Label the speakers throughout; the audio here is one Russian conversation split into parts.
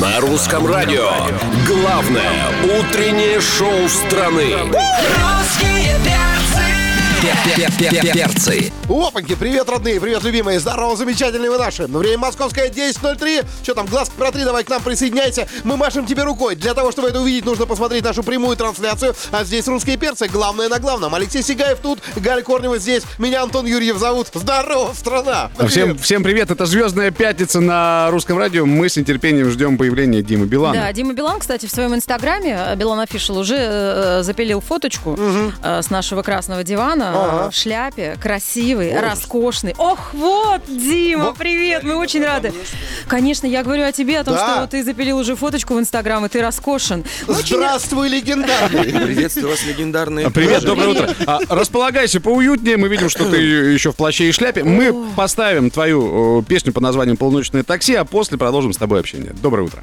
Speaker 1: На русском радио главное утреннее шоу страны.
Speaker 2: Русские перцы!
Speaker 1: Перцы.
Speaker 3: Опаньки, привет, родные, привет, любимые, здорово, замечательные вы наши. Ну, Время московское 10.03. Что там, глаз протри, давай к нам присоединяйся. Мы машем тебе рукой. Для того, чтобы это увидеть, нужно посмотреть нашу прямую трансляцию. А здесь русские перцы, главное на главном. Алексей Сигаев тут, Галь Корнева здесь, меня Антон Юрьев зовут. Здорово, страна!
Speaker 4: А
Speaker 5: Всем, всем привет, это «Звездная пятница» на русском радио. Мы с нетерпением ждем появления Димы
Speaker 6: Да,
Speaker 5: Билана.
Speaker 6: Дима Билан, кстати, в своем инстаграме, э, Билан Official, уже э, запилил фоточку э, с нашего красного дивана э, в шляпе. Красивый, роскошный. Ох, вот, Дима, привет, мы очень рады. Конечно, я говорю о тебе, о том,
Speaker 3: Да.
Speaker 6: что вот ты запилил уже фоточку в инстаграм, и ты роскошен. Мы очень рады.
Speaker 3: Здравствуй, легендарный!
Speaker 4: Приветствую вас, легендарные.
Speaker 5: Привет,
Speaker 4: тоже.
Speaker 5: доброе утро. А, располагайся поуютнее, мы видим, что ты еще в плаще и шляпе. Мы поставим твою э, песню под названием «Полуночное такси», а после продолжим с тобой общение. Доброе утро.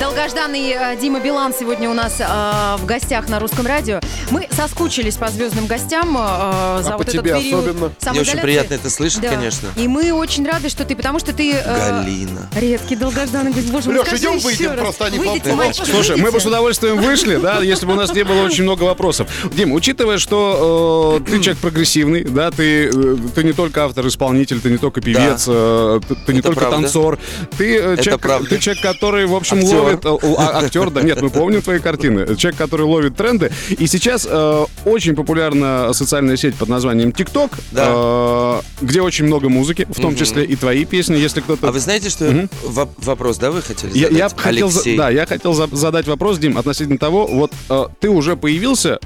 Speaker 6: Долгожданный э, Дима Билан сегодня у нас э, в гостях на русском радио. Мы соскучились по звездным гостям э, за
Speaker 3: А по
Speaker 6: вот этот
Speaker 3: тебе
Speaker 6: период.
Speaker 3: особенно.
Speaker 4: Мне очень
Speaker 6: самоизоляции.
Speaker 4: приятно это слышать,
Speaker 6: Да.
Speaker 4: конечно.
Speaker 6: И мы очень рады, что ты, потому что ты... э,
Speaker 4: Галина.
Speaker 6: Редкий, долгожданный гость. Боже,
Speaker 3: Лёш,
Speaker 6: мой, скажи
Speaker 3: идём
Speaker 6: ещё
Speaker 3: выйдем,
Speaker 6: раз.
Speaker 3: просто они
Speaker 6: Выйдите,
Speaker 3: болтают.
Speaker 6: Вань,
Speaker 5: Слушай, мы бы с
Speaker 6: выйдите.
Speaker 5: удовольствием вышли, да, если бы у нас не было очень много вопросов. Дим, учитывая, что э, ты человек прогрессивный, да, ты, э, ты не только автор-исполнитель, ты не только певец, э, ты, ты не
Speaker 4: Это
Speaker 5: только
Speaker 4: правда.
Speaker 5: танцор, ты, э,
Speaker 4: Это
Speaker 5: человек,
Speaker 4: правда.
Speaker 5: ты человек, который, в общем,
Speaker 4: Актер.
Speaker 5: ловит... э, л- а- актер, да, нет, мы помним твои картины. Человек, который ловит тренды. И сейчас э, очень популярна социальная сеть под названием ТикТок,
Speaker 4: Да.
Speaker 5: э, где очень много музыки, в том числе и твои песни, если кто-то...
Speaker 4: А вы знаете, что воп- вопрос, да, вы хотели
Speaker 5: Я,
Speaker 4: задать?
Speaker 5: я б хотел, за-
Speaker 4: Алексей.
Speaker 5: да, я хотел за- задать вопрос, Дим, относительно того, вот э, ты уже появился,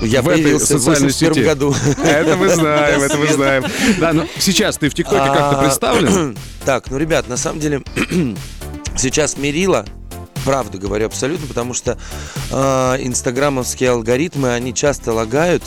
Speaker 4: я
Speaker 5: в этой
Speaker 4: появился в
Speaker 5: социальной
Speaker 4: 81
Speaker 5: сети.
Speaker 4: году.
Speaker 5: это мы знаем, это мы знаем. Да, но сейчас ты в ТикТоке как-то
Speaker 4: А,
Speaker 5: представлен.
Speaker 4: Так, ну, ребят, на самом деле, сейчас мерила, правду говорю абсолютно, потому что э, инстаграмовские алгоритмы, они часто лагают,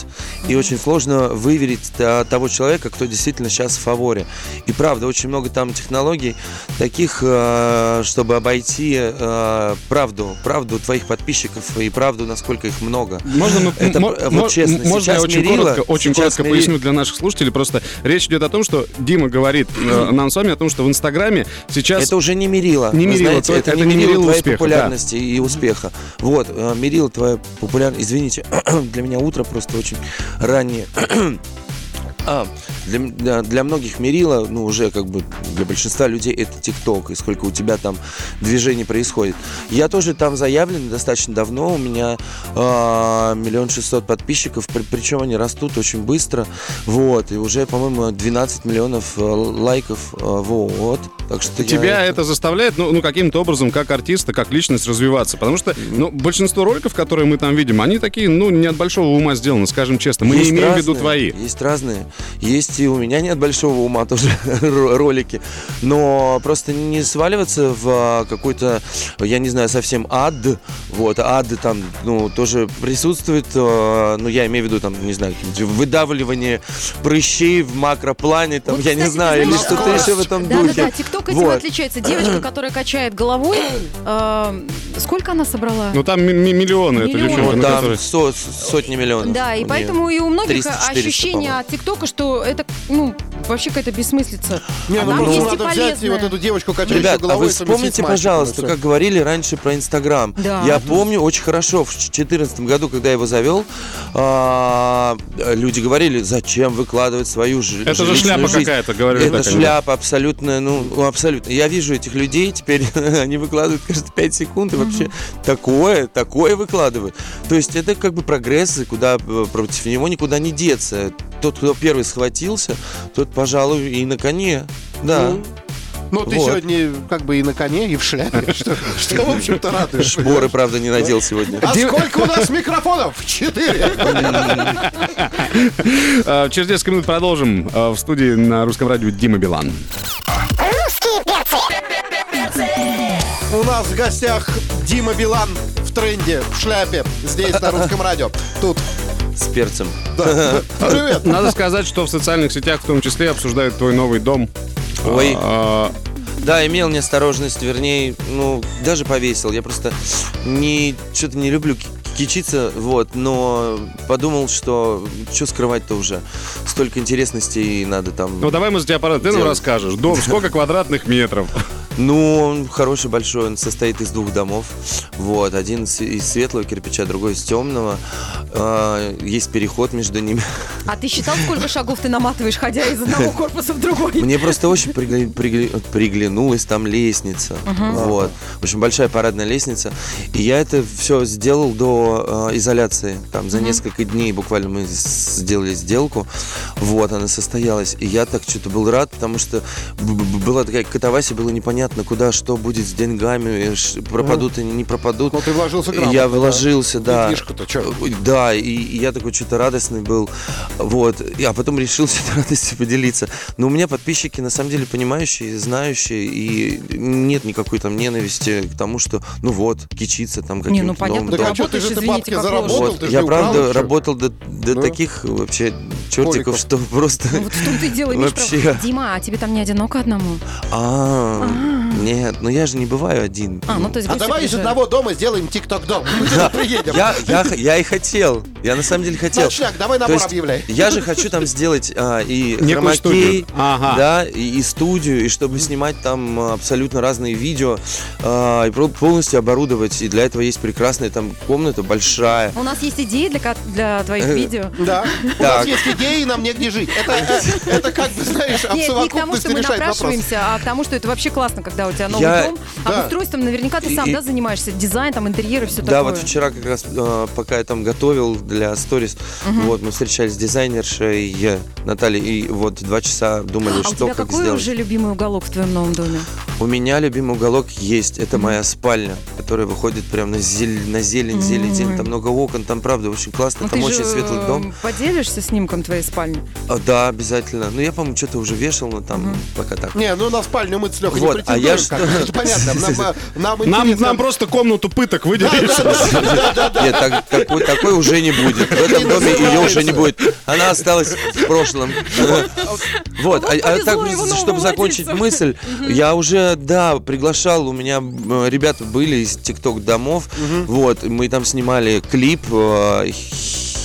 Speaker 4: и очень сложно выверить э, того человека, кто действительно сейчас в фаворе. И правда, очень много там технологий таких, э, чтобы обойти э, правду, правду твоих подписчиков и правду, насколько их много.
Speaker 5: Можно, мы-
Speaker 4: Это,
Speaker 5: мо-
Speaker 4: э, вот
Speaker 5: мо-
Speaker 4: честно,
Speaker 5: можно я
Speaker 4: сейчас
Speaker 5: очень
Speaker 4: мерила,
Speaker 5: коротко, очень
Speaker 4: сейчас
Speaker 5: коротко
Speaker 4: мерила.
Speaker 5: поясню для наших слушателей? Просто речь идет о том, что Дима говорит э, нам с вами о том, что в Инстаграме сейчас...
Speaker 4: Это уже не мерило.
Speaker 5: Не
Speaker 4: Вы
Speaker 5: мерило,
Speaker 4: знаете,
Speaker 5: то-
Speaker 4: это,
Speaker 5: это
Speaker 4: не
Speaker 5: не
Speaker 4: мерило
Speaker 5: мерило
Speaker 4: твоей
Speaker 5: успеха,
Speaker 4: популярности и успеха. Вот, э, мерило твоя популярность. Извините, для меня утро просто очень раннее. А, для, м- да, для многих мерила, ну уже как бы для большинства людей это ТикТок, и сколько у тебя там движений происходит. Я тоже там заявлен достаточно давно, у меня а, миллион шестьсот подписчиков, при- причем они растут очень быстро, вот, и уже, по-моему, 12 миллионов э, лайков, э, вот, так что я-
Speaker 5: Тебя это заставляет, ну, ну, каким-то образом, как артиста, как личность развиваться. Потому что, ну, большинство роликов, которые мы там видим, они такие, ну, не от большого ума сделаны, скажем честно. Мы
Speaker 4: Есть
Speaker 5: не имеем в виду
Speaker 4: разные,
Speaker 5: твои.
Speaker 4: Есть разные. Есть и у меня нет большого ума тоже ро- ролики. Но просто не сваливаться в а, какой-то, я не знаю, совсем ад. Вот, ад там, ну, тоже присутствует. э, Ну, я имею в виду, там, не знаю, какие-нибудь выдавливание прыщей в макроплане, там,
Speaker 6: Вот,
Speaker 4: я не
Speaker 6: кстати,
Speaker 4: знаю, или
Speaker 6: знаешь,
Speaker 4: что-то
Speaker 6: а,
Speaker 4: еще в этом
Speaker 6: да,
Speaker 4: духе.
Speaker 6: Да-да-да, ТикТок этим
Speaker 4: Вот.
Speaker 6: отличается. Девочка, которая качает головой, э, сколько она собрала?
Speaker 5: Ну там ми- ми- миллионы, это ну,
Speaker 6: Миллионы.
Speaker 5: девчонка,
Speaker 4: Вот,
Speaker 5: на
Speaker 4: да,
Speaker 5: которой-
Speaker 4: со- сотни миллионов.
Speaker 6: Да, и
Speaker 4: у
Speaker 6: поэтому и у многих
Speaker 4: 300-400,
Speaker 6: ощущение
Speaker 4: по-моему.
Speaker 6: от ТикТока, что это, ну, вообще какая-то бессмыслица.
Speaker 3: Не, ну
Speaker 6: А там
Speaker 3: просто
Speaker 6: есть и
Speaker 3: надо взять и
Speaker 6: полезное.
Speaker 3: вот эту девочку, качающую
Speaker 4: Ребят, а
Speaker 3: головой,
Speaker 4: вы
Speaker 3: и совместить
Speaker 4: вспомните,
Speaker 3: с мальчиком,
Speaker 4: пожалуйста,
Speaker 3: и всё.
Speaker 4: как говорили раньше про Инстаграм.
Speaker 6: Да.
Speaker 4: Я помню очень хорошо, в 2014 году, когда я его завел, а, люди говорили, зачем выкладывать свою жи-
Speaker 5: Это же
Speaker 4: жилищную
Speaker 5: шляпа
Speaker 4: жизнь?»
Speaker 5: какая-то, говорили
Speaker 4: Это
Speaker 5: так они.
Speaker 4: шляпа абсолютно, ну, ну, абсолютно. Я вижу этих людей, теперь они выкладывают каждые 5 секунд и вообще такое, такое выкладывают. То есть это как бы прогресс, и куда э, против него никуда не деться. Тот, кто первый схватился, тот, пожалуй, и на коне. Да.
Speaker 3: Ну, ты
Speaker 4: Вот.
Speaker 3: сегодня как бы и на коне, и в шляпе, что, что, в общем-то, радует.
Speaker 4: Шпоры, правда, не надел сегодня.
Speaker 3: А сколько у нас микрофонов? Четыре.
Speaker 5: Э, Через несколько минут продолжим. Э, В студии на русском радио Дима Билан.
Speaker 3: У нас в гостях Дима Билан в тренде, в шляпе, здесь, на русском радио. Тут.
Speaker 4: С перцем.
Speaker 3: Да. Привет.
Speaker 5: Надо сказать, что в социальных сетях в том числе обсуждают твой новый дом.
Speaker 4: Ой,
Speaker 5: Э,
Speaker 4: да, имел неосторожность, вернее, ну, даже повесил. Я просто не, что-то не люблю ки- кичиться, вот, но подумал, что что скрывать-то уже. Столько интересностей надо там.
Speaker 5: Ну давай мы за тебя пора, ты нам
Speaker 4: Делай.
Speaker 5: расскажешь. Дом, сколько квадратных метров?
Speaker 4: Ну, он хороший, большой, он состоит из двух домов. Вот, один с- из светлого кирпича, другой из темного. А, Есть переход между ними.
Speaker 6: А ты считал, сколько шагов ты наматываешь, ходя из одного корпуса в другой?
Speaker 4: Мне просто очень пригля- пригля- приглянулась там лестница. Вот. Очень большая парадная лестница. И я это все сделал до э, изоляции. Там за несколько дней буквально мы с- сделали сделку. Вот, она состоялась. И я так что-то был рад, потому что б- б- была такая катавасия, было непонятно, куда, что будет с деньгами, э, ш- пропадут они, не пропадут.
Speaker 3: Ну, ты вложился грамотно,
Speaker 4: Я
Speaker 3: да.
Speaker 4: вложился, да.
Speaker 3: И фишка-то чё?
Speaker 4: Ой, Да, и, и я такой что-то радостный был. Вот. И- А потом решил с этой радостью поделиться. Но у меня подписчики на самом деле понимающие, знающие, и нет никакой там ненависти к тому, что ну вот, кичиться там каким-то
Speaker 6: Не, ну понятно,
Speaker 3: Так а
Speaker 6: работаешь,
Speaker 3: что, ты же ты
Speaker 6: извините,
Speaker 3: бабки
Speaker 6: как
Speaker 3: заработал,
Speaker 6: лошадь.
Speaker 3: ты же
Speaker 4: я
Speaker 3: не украл
Speaker 4: правда
Speaker 3: ничего.
Speaker 4: работал до, до
Speaker 3: Да.
Speaker 4: таких вообще чертиков,
Speaker 3: Хориков.
Speaker 4: что просто.
Speaker 6: Ну вот в том-то и дело, имеешь право.
Speaker 4: Вообще.
Speaker 6: Дима, а тебе там не одиноко одному?
Speaker 4: А, нет, ну я же не бываю один.
Speaker 6: А, ну то есть
Speaker 3: А
Speaker 6: гости
Speaker 3: давай из
Speaker 6: приезжают.
Speaker 3: одного дома сделаем тик-ток дом. Мы туда приедем.
Speaker 4: Я, я, х- я и хотел. Я на самом деле хотел.
Speaker 3: Ночняк, давай набор
Speaker 4: То есть
Speaker 3: объявляй.
Speaker 4: Я же хочу там сделать а, и
Speaker 5: Некую
Speaker 4: хромакей,
Speaker 5: студию. Ага.
Speaker 4: да, и, и студию, и чтобы снимать там а, абсолютно разные видео, а, и про- полностью оборудовать. И для этого есть прекрасная там комната большая.
Speaker 6: У нас есть идеи для, ко- для твоих
Speaker 3: Э,
Speaker 6: видео.
Speaker 3: Да. У нас
Speaker 4: Так.
Speaker 3: есть идеи, нам негде жить. Это, э, это как бы, знаешь, об
Speaker 6: Нет, не к тому,
Speaker 3: совокупности
Speaker 6: что мы
Speaker 3: решает вопрос.
Speaker 6: напрашиваемся, а к тому, что это вообще классно, когда у тебя новый
Speaker 4: Я-
Speaker 6: дом.
Speaker 3: да.
Speaker 6: А устройством наверняка ты сам,
Speaker 4: И-
Speaker 6: да, занимаешься? Дизайн, там, интерьер и все
Speaker 4: Да,
Speaker 6: такое.
Speaker 4: вот вчера как раз, а, пока я там готовил для сторис, вот мы встречались с дизайнершей я, Натальей, и вот два часа думали,
Speaker 6: а у
Speaker 4: что
Speaker 6: тебя
Speaker 4: как
Speaker 6: какой
Speaker 4: сделать.
Speaker 6: уже любимый уголок в твоем новом доме?
Speaker 4: У меня любимый уголок есть. Это моя спальня, которая выходит прям на, зель- на зелень, зелень, зелень. Там много окон, там правда очень классно,
Speaker 6: Ну,
Speaker 4: там
Speaker 6: ты
Speaker 4: очень
Speaker 6: же,
Speaker 4: светлый
Speaker 6: э,
Speaker 4: дом.
Speaker 6: поделишься снимком твоей спальни?
Speaker 4: А, да, обязательно. Ну, я, по-моему, что-то уже вешал, но там пока так.
Speaker 3: Не, ну на спальню мы с Лехой не
Speaker 4: Вот, а
Speaker 3: претендуем.
Speaker 4: я ж-
Speaker 3: как бы, это Понятно, нам, э, нам
Speaker 5: Нам,
Speaker 3: интересно.
Speaker 5: нам просто комнату пыток выделили. чтобы-
Speaker 4: Нет, так- такой, такой уже не будет. В этом доме ее уже не будет. Она осталась в прошлом. Вот, а- а
Speaker 6: повезло
Speaker 4: так,
Speaker 6: его новому
Speaker 4: чтобы закончить
Speaker 6: владельцу.
Speaker 4: мысль, я уже, да, приглашал, у меня м, ребята были из ТикТок домов, вот, мы там снимали клип э,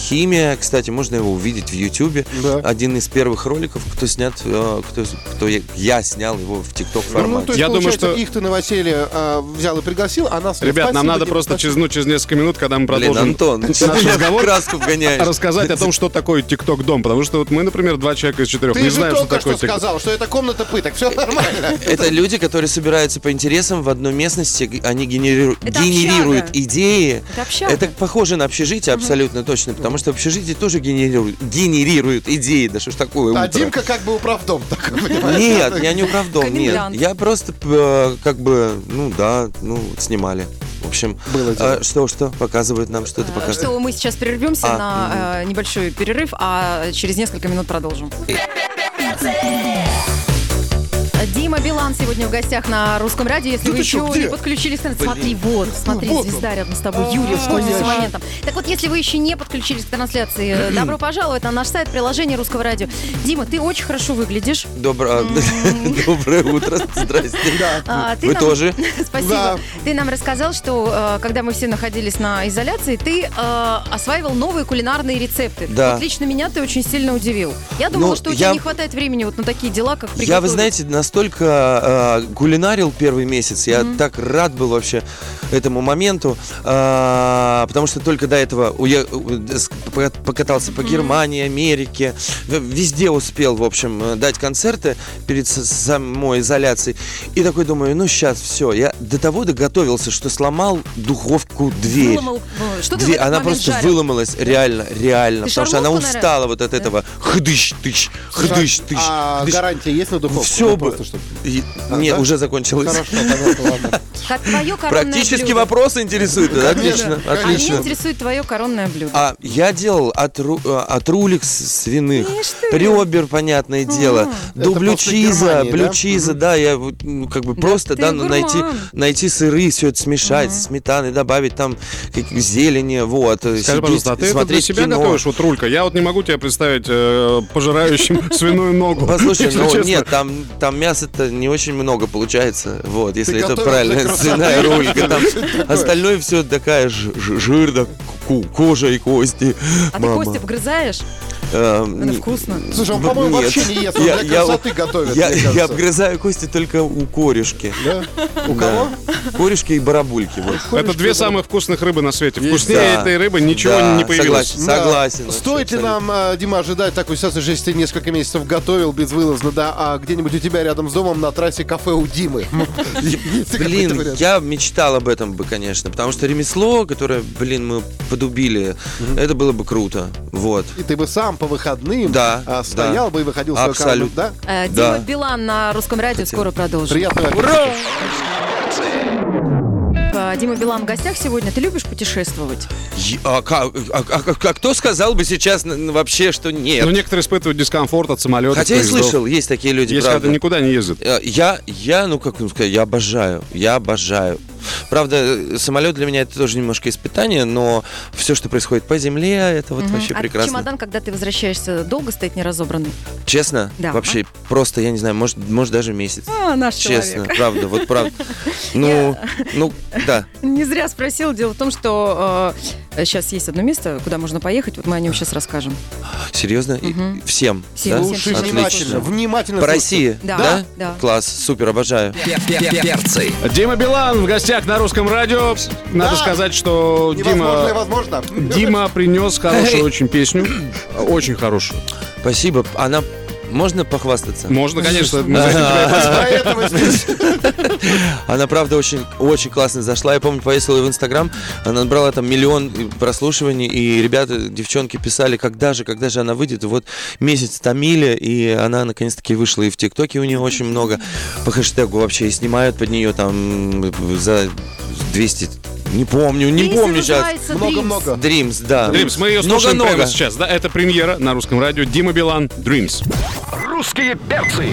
Speaker 4: Химия, кстати, можно его увидеть в Ютубе.
Speaker 3: Да.
Speaker 4: Один из первых роликов, кто снят, э, кто, кто я, я снял его в
Speaker 3: Ну,
Speaker 4: ТикТок
Speaker 3: то
Speaker 4: формате.
Speaker 3: есть,
Speaker 5: Я думаю,
Speaker 3: получается,
Speaker 5: что-
Speaker 3: их ты на новоселье э, взял и пригласил, а нас... нет.
Speaker 5: Ребят, нам
Speaker 3: Спасибо
Speaker 5: надо
Speaker 3: тебе,
Speaker 5: просто
Speaker 3: спасибо.
Speaker 5: через, ну, через несколько минут, когда мы
Speaker 4: Блин,
Speaker 5: продолжим
Speaker 4: Антон, ты
Speaker 5: наш
Speaker 4: меня в
Speaker 5: разговор,
Speaker 4: краску вгоняешь.
Speaker 5: рассказать о том, что такое ТикТок дом. Потому что вот мы, например, два человека из четырех
Speaker 3: Ты
Speaker 5: не
Speaker 3: же
Speaker 5: знаем, что
Speaker 3: только
Speaker 5: такое
Speaker 3: что
Speaker 5: ТикТок.
Speaker 3: сказал, что это комната пыток, все нормально.
Speaker 4: Это люди, которые собираются по интересам в одной местности, г- они генериру-
Speaker 6: Это
Speaker 4: генерируют
Speaker 6: общага.
Speaker 4: идеи.
Speaker 6: Это общага.
Speaker 4: Это похоже на общежитие абсолютно точно, потому что общежитие тоже генерирует, генерирует идеи. Да что ж такое
Speaker 3: А
Speaker 4: утро?
Speaker 3: Димка как бы управдом такой, понимаешь?
Speaker 4: Нет, я не управдом, нет.
Speaker 6: Комендант.
Speaker 4: Я просто п- э, как бы, ну да, ну вот снимали. В общем,
Speaker 3: Было дело.
Speaker 4: э, что, что, показывают нам, что это
Speaker 6: Э,
Speaker 4: показывает.
Speaker 6: Что мы сейчас прервемся
Speaker 4: А,
Speaker 6: на э, небольшой перерыв, а через несколько минут продолжим. Дима Билан сегодня в гостях на русском радио. Если
Speaker 3: Да
Speaker 6: вы
Speaker 3: ты чё,
Speaker 6: еще не
Speaker 3: где?
Speaker 6: подключились, к тран- смотри, вот, смотри,
Speaker 3: вот он.
Speaker 6: звезда рядом с тобой, Юрий в гости с моментом. Так вот, если вы еще не подключились к трансляции, э, добро пожаловать на наш сайт приложение русского радио. Дима, ты очень хорошо выглядишь.
Speaker 4: Добро- Доброе утро, здрасте.
Speaker 6: А, ты
Speaker 4: Вы
Speaker 6: нам-
Speaker 4: тоже.
Speaker 6: Спасибо.
Speaker 3: Да.
Speaker 6: Ты нам рассказал, что э, когда мы все находились на изоляции, ты э, осваивал новые кулинарные рецепты.
Speaker 4: Да.
Speaker 6: Вот лично меня ты очень сильно удивил. Я думала,
Speaker 4: Ну,
Speaker 6: что у тебя
Speaker 4: я-
Speaker 6: не хватает времени вот на такие дела, как приготовить.
Speaker 4: Я, вы знаете, настолько э, кулинарил первый месяц, я так рад был вообще этому моменту, а, потому что только до этого уе- э, с- пока- покатался по Германии, Америке, в- везде успел, в общем, э, дать концерты перед с- самой изоляцией. И такой думаю, ну сейчас все, я до того доготовился, что сломал духовку дверь.
Speaker 6: Выломал, э, что ты в
Speaker 4: Дверь,
Speaker 6: этот
Speaker 4: она
Speaker 6: момент
Speaker 4: просто
Speaker 6: жарил?
Speaker 4: выломалась, реально, реально,
Speaker 6: Ты
Speaker 4: потому что она
Speaker 6: шарлотку, наверное?
Speaker 4: устала вот от этого хдыщ-тыщ, хдыщ-тыщ,
Speaker 3: А
Speaker 4: хдыщ.
Speaker 3: гарантия есть на духовку?
Speaker 4: Все
Speaker 3: Ну,
Speaker 4: бы.
Speaker 3: просто, чтобы-
Speaker 4: И-
Speaker 5: А,
Speaker 4: не,
Speaker 3: да?
Speaker 4: уже закончилось.
Speaker 3: Хорошо, понятно, ладно.
Speaker 6: Как твое коронное
Speaker 4: Практически
Speaker 6: блюдо.
Speaker 4: вопросы интересуют. Отлично,
Speaker 6: А меня
Speaker 4: отлично.
Speaker 6: интересует твое коронное блюдо.
Speaker 4: А я делал от, ру- э, от рулик с- свиных,
Speaker 6: Ишь ты. А.
Speaker 4: ребер, понятное дело,
Speaker 3: Это
Speaker 4: до
Speaker 3: после
Speaker 4: блючиза,
Speaker 3: Германии, да?
Speaker 4: блючиза, да, я вот, ну, как бы просто,
Speaker 6: ты
Speaker 4: да, ну, найти,
Speaker 6: гурман.
Speaker 4: найти сыры, все это смешать, сметаны добавить, там, как- зелени, вот, э,
Speaker 5: Скажи,
Speaker 4: сидеть,
Speaker 5: пожалуйста, а ты это для
Speaker 4: смотреть
Speaker 5: себя
Speaker 4: кино.
Speaker 5: готовишь, вот рулька? Я вот не могу тебя представить э, пожирающим свиную ногу.
Speaker 4: Послушай,
Speaker 5: если
Speaker 4: ну
Speaker 5: честно.
Speaker 4: нет, там, там мяса-то не очень много получается, вот, если это
Speaker 3: готовишь для
Speaker 4: правильная
Speaker 3: красоты.
Speaker 4: свиная рулька. Там остальное все такая ж- ж- жир, да, ку- кожа и кости.
Speaker 6: А ты
Speaker 4: Мама.
Speaker 6: кости обгрызаешь?
Speaker 4: э,
Speaker 6: Это
Speaker 4: не-
Speaker 6: вкусно.
Speaker 3: Слушай, он,
Speaker 4: Ну,
Speaker 3: по-моему,
Speaker 4: нет.
Speaker 3: вообще не ест, он для красоты готовит,
Speaker 4: Я,
Speaker 3: мне
Speaker 4: я
Speaker 3: кажется.
Speaker 4: обгрызаю кости только у корешки.
Speaker 3: Да? У
Speaker 4: Да.
Speaker 3: кого?
Speaker 4: Корешки и барабульки. Вот.
Speaker 5: Это две самые вкусных рыбы на свете. Вкуснее
Speaker 4: Да.
Speaker 5: этой рыбы ничего
Speaker 4: Да,
Speaker 5: не появилось.
Speaker 4: Согласен, согласен.
Speaker 3: Да.
Speaker 4: вообще,
Speaker 3: Стоит ли
Speaker 4: абсолютно.
Speaker 3: нам, э, Дима, ожидать такую ситуацию, что если ты несколько месяцев готовил безвылазно, да, а где-нибудь у тебя рядом с домом на трассе кафе у Димы? Есть ли какой-то
Speaker 4: Блин,
Speaker 3: вариант?
Speaker 4: я мечтал об этом бы, конечно, потому что ремесло, которое, блин, мы подубили, это было бы круто. Вот.
Speaker 3: И ты бы сам по выходным
Speaker 4: Да,
Speaker 3: а,
Speaker 4: да.
Speaker 3: стоял бы и выходил в свою
Speaker 4: Абсолютно.
Speaker 3: комнату, да?
Speaker 6: Э, Дима
Speaker 4: Да.
Speaker 6: Билан на русском радио скоро продолжит.
Speaker 3: Приятного аппетита.
Speaker 6: Э, Дима Билан в гостях сегодня. Ты любишь путешествовать?
Speaker 4: Е- А, ка- а- а- а кто сказал бы сейчас н- н- вообще, что нет?
Speaker 5: Но некоторые испытывают дискомфорт от самолета.
Speaker 4: Хотя я слышал, есть такие люди,
Speaker 5: Если
Speaker 4: правда.
Speaker 5: это никуда не ездит.
Speaker 4: Э, Я, я, ну как вам сказать, я обожаю, я обожаю. Правда, э, самолет для меня это тоже немножко испытание, но все, что происходит по земле, это вот
Speaker 6: Мгм.
Speaker 4: вообще
Speaker 6: а
Speaker 4: прекрасно.
Speaker 6: чемодан, когда ты возвращаешься, долго стоит неразобранный?
Speaker 4: Честно,
Speaker 6: Да.
Speaker 4: вообще просто, я не знаю, может, может даже месяц.
Speaker 6: А, наш
Speaker 4: Честно,
Speaker 6: человек.
Speaker 4: правда, вот правда. Ну, ну, да.
Speaker 6: Не зря спросил. Дело в том, что сейчас есть одно место, куда можно поехать. Вот мы о нем сейчас расскажем.
Speaker 4: Серьезно? И-
Speaker 6: Мгм.
Speaker 4: Всем?
Speaker 6: Всем, всем,
Speaker 4: да?
Speaker 3: Слушай
Speaker 6: всем,
Speaker 4: Отлично.
Speaker 3: внимательно, внимательно.
Speaker 4: По
Speaker 3: слушай.
Speaker 4: России?
Speaker 6: Ну, Да, да.
Speaker 4: Класс, супер, обожаю.
Speaker 1: Перцы.
Speaker 5: Дима Билан в гостях на русском радио. Надо
Speaker 3: Да.
Speaker 5: сказать, что
Speaker 3: Невозможно, и
Speaker 5: Дима...
Speaker 3: возможно.
Speaker 5: Дима принес хорошую
Speaker 4: Эй.
Speaker 5: очень песню. Очень хорошую.
Speaker 4: Спасибо. Она... Можно похвастаться?
Speaker 5: Можно, конечно. мы за этим тебя и позвали.
Speaker 3: Поэтому здесь
Speaker 4: Она, правда, очень, очень классно зашла. Я помню, повесила ее в Инстаграм. Она набрала там миллион прослушиваний. И ребята, девчонки писали, когда же, когда же она выйдет. И вот месяц томили, и она наконец-таки вышла. И в ТикТоке у нее очень много по хэштегу вообще. И снимают под нее там за 200... Не помню, не помню сейчас.
Speaker 3: много-много.
Speaker 4: Dreams, да.
Speaker 5: Дримс, мы ее слушаем
Speaker 4: Много-много.
Speaker 5: прямо сейчас. Да, это премьера на русском радио. Дима Билан, Dreams.
Speaker 1: Русские перцы.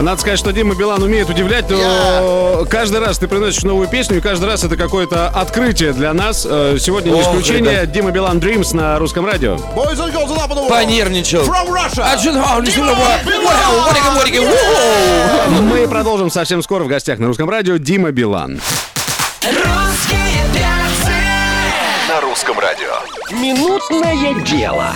Speaker 5: Надо сказать, что Дима Билан умеет удивлять. Э, Каждый раз ты приносишь новую песню, и каждый раз это какое-то открытие для нас. Э, Сегодня не
Speaker 4: Ох,
Speaker 5: исключение.
Speaker 4: ребят.
Speaker 5: Дима Билан, Dreams на русском радио.
Speaker 3: Boys and girls of the world.
Speaker 4: Понервничал.
Speaker 3: From Russia.
Speaker 4: А чё, а, лишь было, вот, вот, вот, вот, вот.
Speaker 5: Мы продолжим совсем скоро в гостях на русском радио Дима Билан.
Speaker 2: Русские перцы.
Speaker 1: На русском радио. Минутное дело.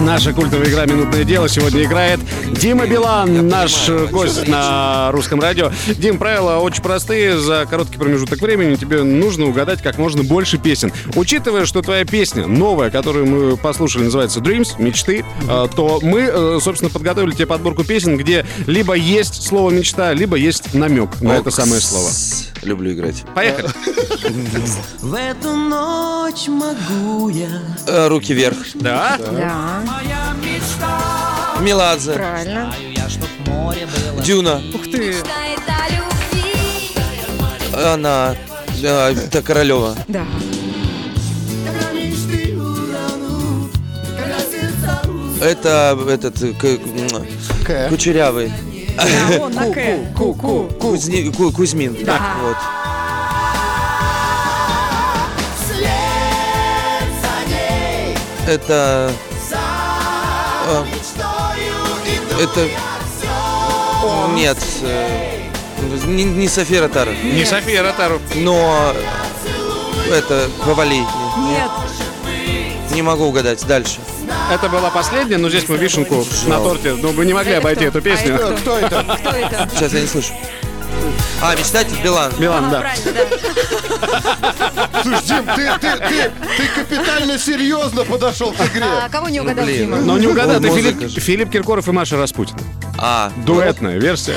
Speaker 5: Наша культовая игра «Минутное дело» сегодня играет Дима Билан, наш э, гость на русском радио. Дим, правила очень простые. За короткий промежуток времени тебе нужно угадать как можно больше песен. Учитывая, что твоя песня новая, которую мы послушали, называется «Dreams», «Мечты», э, то мы, э, собственно, подготовили тебе подборку песен, где либо есть слово «мечта», либо есть намек на это самое слово.
Speaker 4: Люблю играть.
Speaker 5: Поехали.
Speaker 2: В эту ночь могу я.
Speaker 4: Э, Руки вверх.
Speaker 5: Да?
Speaker 6: Да,
Speaker 2: Моя мечта.
Speaker 4: Меладзе.
Speaker 6: правильно.
Speaker 2: Я чтоб море было.
Speaker 4: Дюна.
Speaker 6: Ух ты.
Speaker 4: Она. э, Это Королева.
Speaker 6: Да.
Speaker 4: Это этот э, к- м,
Speaker 3: К.
Speaker 4: Кучерявый.
Speaker 6: Да, он на К.
Speaker 3: Ку-ку.
Speaker 4: Кузни- Ку- Кузьмин.
Speaker 6: Да.
Speaker 4: Вот. Это. э, Это. Нет. э, Не, не София Ротару.
Speaker 5: Не София Ротару.
Speaker 4: Но это Вавали.
Speaker 6: Нет.
Speaker 4: Не могу угадать. Дальше.
Speaker 5: Это была последняя, но здесь мы вишенку на торте. Ну, вы не могли
Speaker 6: Это
Speaker 5: обойти
Speaker 6: кто?
Speaker 5: эту песню.
Speaker 6: А это
Speaker 3: Кто это?
Speaker 6: Кто это?
Speaker 4: Сейчас я не слышу. А, мечтатель Билан.
Speaker 5: Билан,
Speaker 6: А,
Speaker 5: да.
Speaker 6: правильно, да.
Speaker 3: Слушай, Дим, ты, ты, ты, ты капитально серьезно подошел к игре.
Speaker 6: А кого не угадал
Speaker 4: блин.
Speaker 6: Дима?
Speaker 5: Но не угадал, это
Speaker 4: Музыка
Speaker 5: Филипп,
Speaker 4: же.
Speaker 5: Филипп Киркоров и Маша Распутина.
Speaker 4: А,
Speaker 5: Дуэтная версия.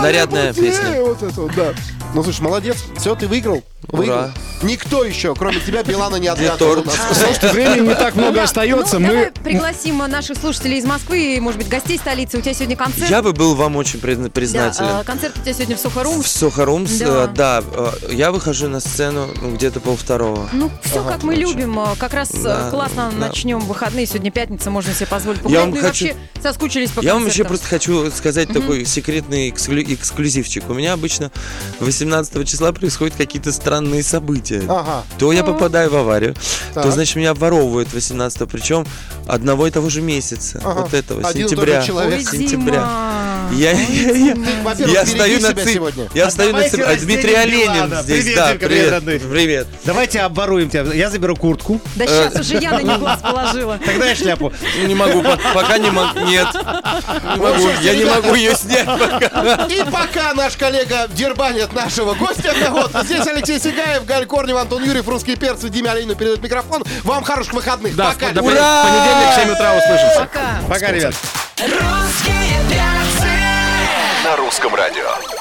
Speaker 4: Нарядная
Speaker 3: Обалдеть,
Speaker 4: песня.
Speaker 3: Вот это вот, да. Ну, слушай, молодец. Все, ты выиграл. Выиграл.
Speaker 4: Ура.
Speaker 3: Никто еще, кроме тебя, Билана не отгадывал.
Speaker 4: торт.
Speaker 5: Слушайте, времени не так много остается.
Speaker 6: Ну, давай
Speaker 5: Мы
Speaker 6: пригласим э, наших слушателей из Москвы и, может быть, гостей столицы. У тебя сегодня концерт.
Speaker 4: Я бы был вам очень призна-
Speaker 6: Да,
Speaker 4: признателен.
Speaker 6: э, концерт у тебя сегодня в Сухарум.
Speaker 4: В Сухорумс,
Speaker 6: Да.
Speaker 4: э, да, э, я выхожу на сцену ну, где-то полвторого.
Speaker 6: Ну, все как мы
Speaker 4: Очень.
Speaker 6: любим. Э, Как раз э,
Speaker 4: Да,
Speaker 6: классно
Speaker 4: да.
Speaker 6: начнем выходные. Сегодня пятница, можно себе позволить погулять.
Speaker 4: вам
Speaker 6: ну
Speaker 4: хочу-
Speaker 6: и вообще соскучились по
Speaker 4: Я вам еще
Speaker 6: концертам.
Speaker 4: просто хочу сказать такой секретный эксклю- эксклюзивчик. У меня обычно 18 числа происходят какие-то странные события.
Speaker 3: Ага.
Speaker 4: То я попадаю в аварию, то,
Speaker 3: Так.
Speaker 4: значит, меня обворовывают 18 причем одного и того же месяца,
Speaker 3: Ага.
Speaker 4: вот этого,
Speaker 3: Один и тот же
Speaker 4: сентября.
Speaker 3: человек.
Speaker 6: Ой,
Speaker 4: сентября.
Speaker 6: Дима.
Speaker 4: Я, я- я-
Speaker 3: Ты, во-первых,
Speaker 4: я
Speaker 3: береги
Speaker 4: стою на
Speaker 3: себя
Speaker 4: ци-
Speaker 3: сегодня.
Speaker 4: Я стою на
Speaker 7: давайте
Speaker 4: ци- а,
Speaker 7: рождение
Speaker 4: Дмитрий Оленин
Speaker 7: Билана.
Speaker 4: здесь,
Speaker 7: Привет,
Speaker 4: да,
Speaker 7: Димка, привет,
Speaker 4: привет.
Speaker 7: родной.
Speaker 4: Привет.
Speaker 7: Давайте оборуем тебя. Я заберу куртку.
Speaker 6: Да сейчас уже я на них глаз положила.
Speaker 7: Тогда я шляпу.
Speaker 4: Не могу, по- пока не могу. Нет. Не могу,
Speaker 3: слушайте,
Speaker 4: я не
Speaker 3: ребята.
Speaker 4: могу ее снять пока.
Speaker 3: И пока наш коллега дербанит нашего гостя одного, здесь Алексей Сигаев, Галь Корнев, Антон Юрьев, русские перцы, Диме Оленину передает микрофон. Вам хороших выходных.
Speaker 5: Да,
Speaker 3: пока.
Speaker 5: в пон-
Speaker 4: Ура!
Speaker 5: понедельник в 7 утра услышимся.
Speaker 6: Пока.
Speaker 7: Пока, ребят.
Speaker 2: Русские перцы.
Speaker 1: На русском радио.